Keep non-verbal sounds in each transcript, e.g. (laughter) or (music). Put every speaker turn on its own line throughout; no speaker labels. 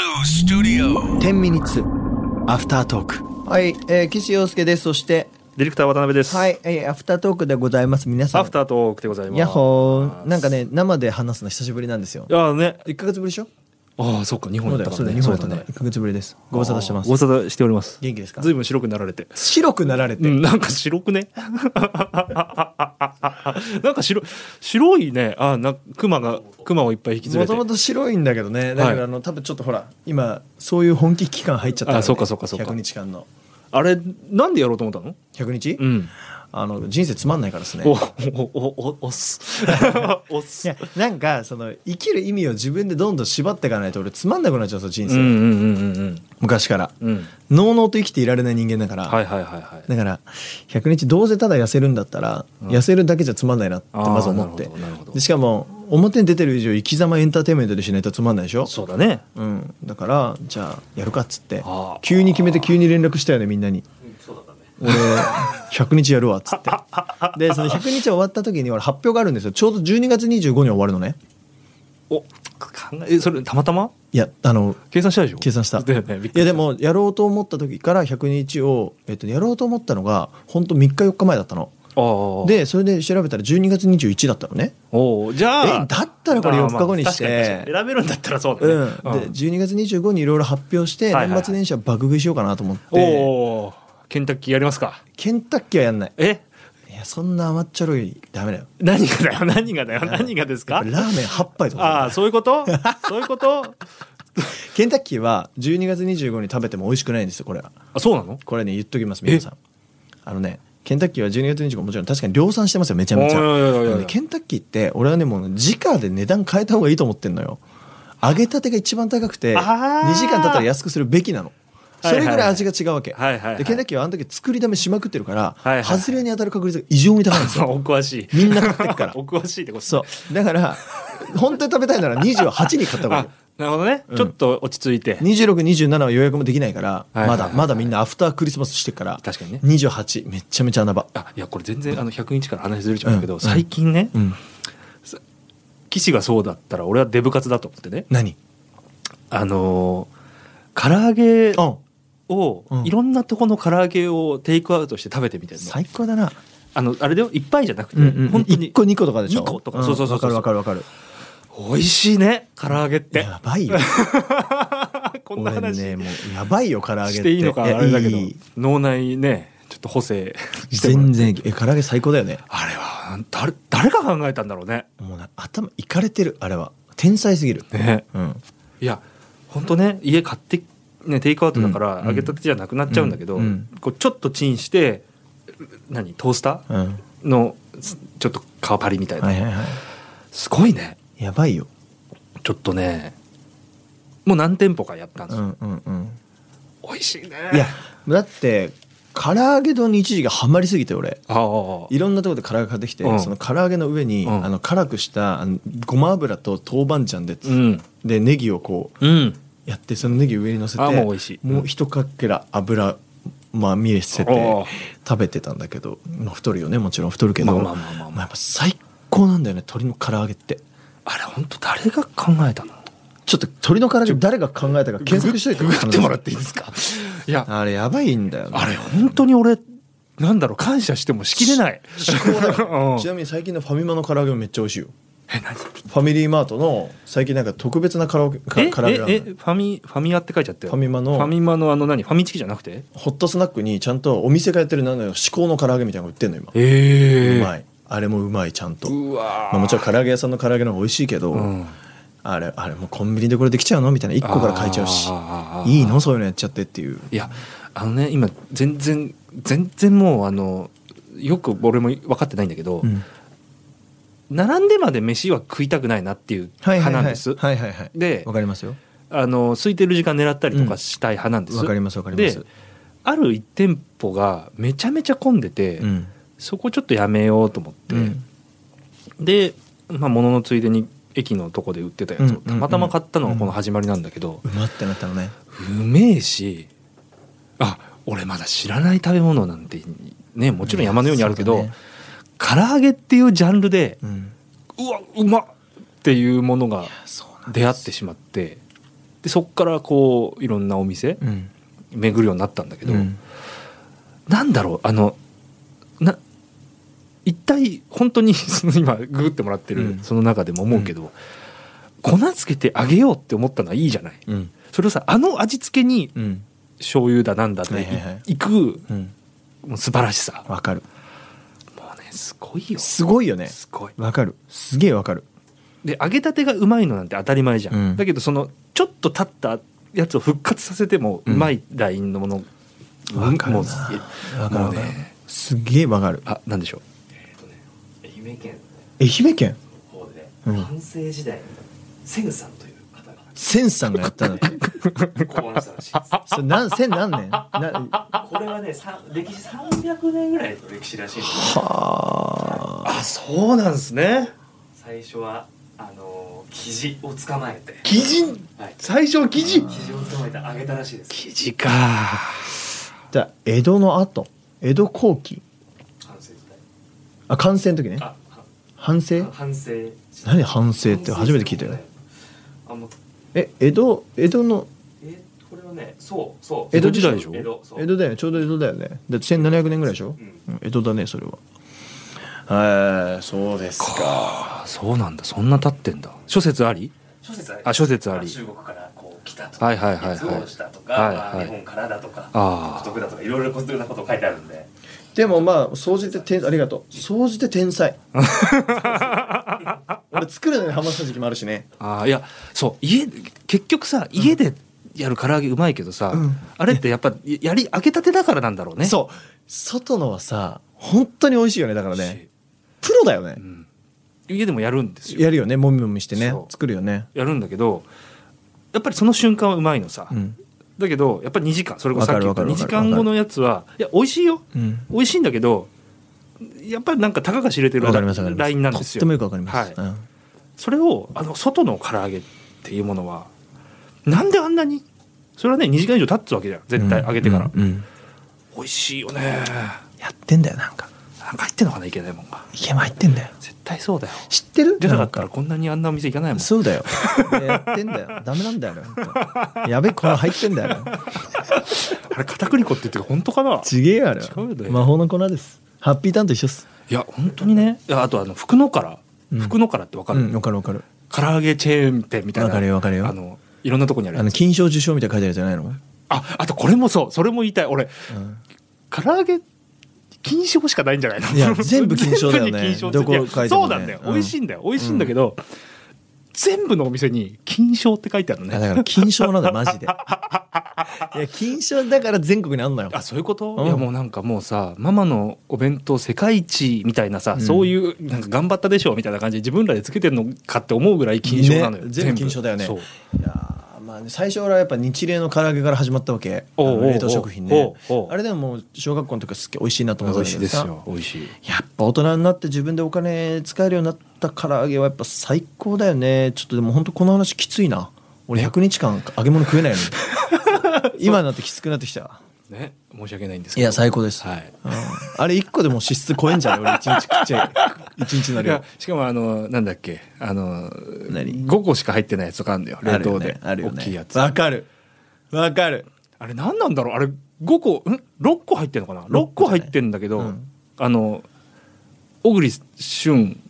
10ミニッツアフタートーク
はい、えー、岸洋介です。そして、
ディレクター渡辺です。
はい、えー、アフタートークでございます。皆さん。
アフタートークでございます。
やっほー。なんかね、生で話すの久しぶりなんですよ。
いやね。
1ヶ月ぶりでしょ
ああ、そっか、日本
そ
だ
う
っ
だ
た
よ、そ
か
う
ら
だよ、
ね。
日
そう
本だ
だっ
ね
たね。。
1ヶ月ぶりです。ご無沙汰してます
ご無。沙汰しております。
元気ですか
ずいぶん白くなられて。
白くなられて。
うん、なんか白くね。 (laughs) なんか白、白いね。ああ、な、熊が、熊をいっぱい引き連
も
れ
と
て
も。と白いんだけどね。だか
はい
ら、あの、多分ちょっとほら、今、そういう本気期間入っちゃったからね
あそうかそうかそうか
100日間の。
あれ、なんでやろうと思ったの。
100日
うん。
あの、人生つまんないからですね
お、お。、お、お、お
(laughs)
っす。おっ
い
す
や。なんかその生きる意味を自分でどんどん縛っていかないと俺つまんなくなっちゃうんですよ人
うん、
生、
うん、うん、うん、
昔から、
うん。うん。
のうのうと生きていられない人間だから、
はい、はい、はい、はい。
だから100日どうせただ痩せるんだったら、痩せるだけじゃつまんないなってまず思って
あーなるほどなるほど
でしかも表に出てる以上生き様エンターテインメントでしないとつまんないでしょ
そうだね。
う、ん、だからじゃあやるかっつって
あー
急に決めて急に連絡したよねみんなに。俺100日やるわっつ
(laughs)
ってでその100日終わった時に俺発表があるんですよちょうど12月25に終わるのね
お、考え、えそれ、たまたま。
いやあの
計算したでしょ
計算した
だよね。びっくり
いやでもやろうと思った時から100日を、えっとね、やろうと思ったのが本当3日4日前だったの
ああ。
でそれで調べたら12月21だったのね
おおじ
え
ゃあ
だったらこれ
あー
4日後にして、
まあ確かに確かに選べるんだったらそうだ
う
ね、
ん、で12月25にいろいろ発表して
はいはいはい
年末年始は爆食いしようかなと思って、
おおケンタッキーやりますか
ケンタッキーはやんない
え
いやそんな甘っちょろいダメだよ
何がだよ (laughs) 何がだよ何がです
ラ
か
ーメン8杯と
あ
か
あそういうことそういうこと
ケンタッキーは12月25に食べても美味しくないんですよこれは
あそうなの
これね言っときます皆さんあのねケンタッキーは12月25もちろん確かに量産してますよめちゃめちゃ
おいおいおいおい
あのねケンタッキーって俺はねもう直で値段変えた方がいいと思ってんのよ揚げたてが一番高くて2
あー
時間経ったら安くするべきなの
は
そ
いはい
れ
はい
ぐらい味が違うわけ、
はいはいはい
でケンタッキーはあの時作りだめしまくってるから、
はいはいはい
外れに当たる確率が異常に高いんです
(laughs) そう
よ
お詳しい
みんな買ってくから
(laughs) お詳しいってこと
そうだから本当に食べたいなら28に買った方がいい
(laughs) あ
よ
なるほどね、ちょっと落ち着いて
2627は予約もできないから、
はいはいはい
まだまだみんなアフタークリスマスしてるから
確かにね
28めっちゃめちゃ穴場
あいやこれ全然あの100日から話ずれちゃうんだけど、最近ね、
うん
さ岸がそうだったら俺はデブ活だと思ってね
何
あのー、唐揚げ
あ
を、
うん
いろんなとこの唐揚げをテイクアウトして食べてみたいな
最高だな、
あのあれでいっぱいじゃなくて、
本
本
当
当
に
に
1個2個とかでしょ
2個とか
ん
そうそうそうそう
わかるわかるわか
美味しいね唐揚げって
るやばいよ
(laughs) こんな
俺
話、
ねもうやばいよ唐揚げって
していいのかあ
や
れだけど
いい
脳内ねちょっと補正してもらう
全然え唐揚げ最高だよね
あれは誰誰が考えたんだろうね
もうな頭いかれてるあれは天才すぎる
ね
うん
いや本当ね家買ってねテイクアウトだか
う
ら
ん
揚げたてじゃなくなっちゃうんだけど、
うんうん
こうちょっとチンして何トースタ
うん
ーのすちょっと皮パリみたいな、
はいはいは
すごいね
いやばいよ
ちょっとねもう何店舗かやったんで
う
すよ、
んうんうん
美味しいね
いやだって唐揚げ丼に一時期ハマりすぎて俺
ああ
いろんなところで唐揚げ買ってきて、
うん
その唐揚げの上に、
うん
あの辛くしたあのごま油と豆板醤で,、
うん
でネギをこう
うん
やってそのネギ上に乗せて
あもう美味しい
もう一かけら油まあ見えせ
お
て
ー
食べてたんだけど、まあ、太るよねもちろん太るけど、
まあまあまあまあまあ
やっぱ最高なんだよね鶏の唐揚げって
あれ本当誰が考えたの
ちょっと鶏の唐揚げ誰が考えたか検索しといて
ググってもらっていいですかいや
あれやばいんだよね
あれ本当に俺なんだろう感謝してもしきれない (laughs) うん
ちなみに最近のファミマの唐揚げもめっちゃ美味しいよ
え何
ファミリーマートの最近なんか特別なカラオケか
え
唐揚げがあ
え
る
えファミファミアって書いちゃって
ファミマの
ファミマのあの何ファミチキじゃなくて
ホットスナックにちゃんとお店がやってるなんだよ至高の唐揚げみたいなの売ってんの今、
え
うまいあれもうまいちゃんと、
うわ
まあ、もちろん唐揚げ屋さんの唐揚げの方が美味しいけど、
うん
あれあれもうコンビニでこれできちゃうのみたいな1個から買えちゃうし
あー
いいのそういうのやっちゃってっていう
いやあのね今全然全然もうあのよく俺も分かってないんだけど、
うん
並んでまで飯は食いたくないなっていう派なんです。
はいはいはい。
で
わかりますよ。
あの空いてる時間狙ったりとかしたい派なんです。
わかりますわかります
で。ある一店舗がめちゃめちゃ混んでて、
うん。
そこちょっとやめようと思って、
うん
で、まあ、物のついでに駅のとこで売ってたやつを
うん
たまたま買ったのがこの始まりなんだけど、
うまってなったのね。
うめえしあ俺まだ知らない食べ物なんてねもちろん山のようにあるけ
い
ど、
や
唐揚げっていうジャンルで
うん。
うわうまっっていうものが
そうなん
出会ってしまってでそっからこういろんなお店
うん。
巡るようになったんだけど、
うん
なんだろうあのな一体本当に (laughs) その今ググってもらって
う
る
ん
その中でも思うけど、粉つけてあげようって思ったのはいいじゃない。
うん。
それをさあの味付けに
うん。
醤油だなんだってい,、
はいはいはい
く
うん。
もう素晴らしさも
わかる。
うねすごいよ
すごいよね。
すごい
わかる。すげえわかる。
で揚げたてがうまいのなんて当たり前じゃん、
うん
だけどそのちょっと経ったやつを復活させても
うん
うまいラインのもの、うん
わかるな
もうすげえ
わかる
も
わ
う
かる
ね。
すげえわかる。
あなんでしょう
愛媛県
愛媛県。
の方で
うん
完成時代にセンさんという方が
センさんがやったんだって。
考案したらしいです
それなん、千何年。な、
これはねさん歴史300年ぐらいの歴史らしいです
はあ。
あそうなんですね
最初はあのーキジを捕まえて、
記事
はい、
最初記事
キジを捕まえてあげたらしいです
記事か
じゃあ、江戸の後。江戸後期。
完成時代
あ、完成の時ね。
あは
反省。
反省時代
何反省って初めて聞いたよ
あもう
え、江戸、江戸の。
えこれはねそうそう
江戸時代で
しょ
江戸そう
江戸だよねちょうど江戸だよねだって1700年ぐらいでしょ、うん江戸だねそれははいそうですか
あそうなんだそんな経ってんだ諸説あり
諸説あり
あ諸説あり
中国からこう来たとか
はいはいはいはい
そうしたとか、
はい
まあ
はい
日本からだとか
あー
独特だとかいろいろこういろんなこと書いてあるんで
でもまあ総じて天ありがとう総じて天 (laughs) 才俺作るのにハマった時期もあるしね
あーいやそう家結局さ家でやる唐揚げうまいけどさ、
うん
あれってやっぱややり揚げたてだからなんだろうね
そう外のはさ本当に美味しいよねだからねプロだよね
う、ん、家でもやるんですよ
やるよねもみもみしてね
そう
作るよね
やるんだけどやっぱりその瞬間はうまいのさ、
うん
だけどやっぱり2時間それこそさっき言った
わかるわ
2
か
時
るわかる
間後のやつはいや美味しいよ
うん
美味しいんだけどやっぱりなんかたかが知れてる
わかりますわかります
ラインなんですよ
とってもよくわかります、
はい
うん
それをあの外の唐揚げっていうものはなんであんなにそれはね2時間以上経つわけじゃん絶対揚げてから、
うんうん
美味しいよね
やってんだよなんか
なんか入ってんのかないけないもんが
池も入ってんだよ
絶対そうだよ
知ってる
出なかった
なん
らこんなにあんなお店行かないもん
そう
(laughs)
だよ。やってんだよ。ダメなんだよね。本当やべ、この入ってんだよね。
あれ片栗粉って言ってる本当かな
ちげえよあれは
違うだよ
魔法の粉です。ハッピーターンと一緒っす。
いや本当にねいやあとあの福のから、
うん
福のからってわか
う
る、
ん、わかるわかる。
唐揚げチェーン店みたいな
わかるよわかるよ
あのいろんなとこにある
あ
や
の
つ
金賞受賞みたいな書いてあるじゃないの。
ああとこれもそうそれも言いたい俺
うん
唐揚げ金賞しかないんじゃないの
いや全部金賞だよね
(laughs) 全部に金賞
どこ
いや
書いてもね
そうなんだよ、
うん
美味しいんだよ美味しいんだけど、全部のお店に金賞って書いてあるの
あ
ね
だから金賞なんだマジで。いや金賞だから全国にあんのよ。
あそういうこと、
うん
いやもうなんかもうさママのお弁当世界一みたいなさ、
うん
そういうなんか頑張ったでしょみたいな感じで自分らでつけてるのかって思うぐらい金賞なのよ、
ね全部金賞だよね
そう
いやーまあね、最初俺はやっぱ日例の唐揚げから始まったわけあ
おうおうおう
の冷凍食品ね
おうおう
あれでももう小学校の時からすっげえ美味しいなと思って
美
たん
味
だ
しい
け
で
ど
す
さ
よ美味しい
やっぱ大人になって自分でお金使えるようになった唐揚げはやっぱ最高だよねちょっとでも本当この話きついな俺100日間揚げ物食えないのに
(laughs)
今になってきつくなってきた
ね申し訳ないんです
い
けど
や最高です、
はい
うんあれ1個でもう脂質超えんじゃない俺1日食っちゃい1日の
い
量
やしかもあのなんだっけあの
何
5個しか入ってないやつとかあるんだよ冷凍で
あるよねあるよね
大きいやつ
わかるわかる
あれ何なんだろうあれ5個ん6個入ってんのかな6個入ってんだけど、
うん
あの小栗旬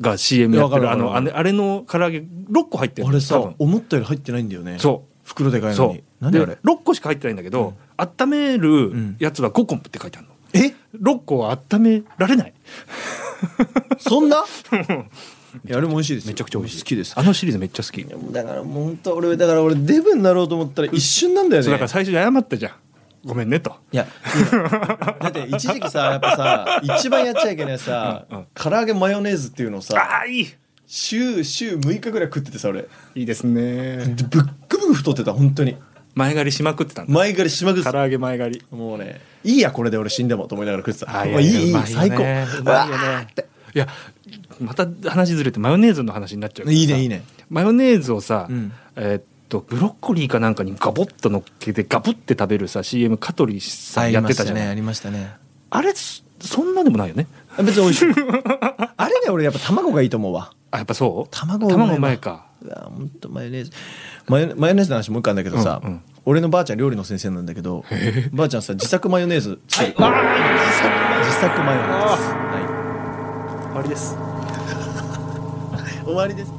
が CM やって
いや
る
わか
あ
るわ
の
か
あ
る
れあれの唐揚げ6個入ってる
あれさ
多分
思ったより入ってないんだよね
そう
袋でかいの
そ
に
う
何
で
あれ
6個しか入ってないんだけど、温めるやつは5個って書いてあるの
え
6個は温められない
そんな (laughs) いやあれも美味しいですよ
めちゃくちゃ美味しい
好きです
あのシリーズめっちゃ好き
だからもう本当俺だから俺デブになろうと思ったら一瞬なんだよ
そうだ
ね
から最初に謝ったじゃんごめんねと
いやいやだって一時期さやっぱさ一番やっちゃいけないさ、
うんうん
唐揚げマヨネーズっていうのをさ
ああいい
週週6日ぐらい食っててさ俺で
いいですね
ぶっくぶく太ってた本当に
前借りしまくってたんだ
前借りしまくって
唐
た
揚げ前借り
もうねいいやこれで俺死んでもと思いながら食ってた
あい
も
や
うい
いや
いいうい
まいよ
最
ね
高
うまいよね
わーって
いやまた話ずれてマヨネーズの話になっちゃうけどさ
いいねいいね
マヨネーズをさ、
うん
えーっとブロッコリーかなんかにガボッと乗っけてガブって食べるさ CM 香取さんやってたじゃないあ,、
ありましたね
れそそんなでもないよね
あ別に美味しい (laughs) あれね俺やっぱ卵がいいと思うわ
あやっぱそう
卵うまいわ
卵うまいか
うわほんとマヨネーズマヨマヨネーズの話もう一回あるんだけどさ、
うんうん
俺のばあちゃん料理の先生なんだけどばあちゃんさ自作マヨネーズ作る、自作マヨネーズ、はい、
終わりです
(laughs) 終わりです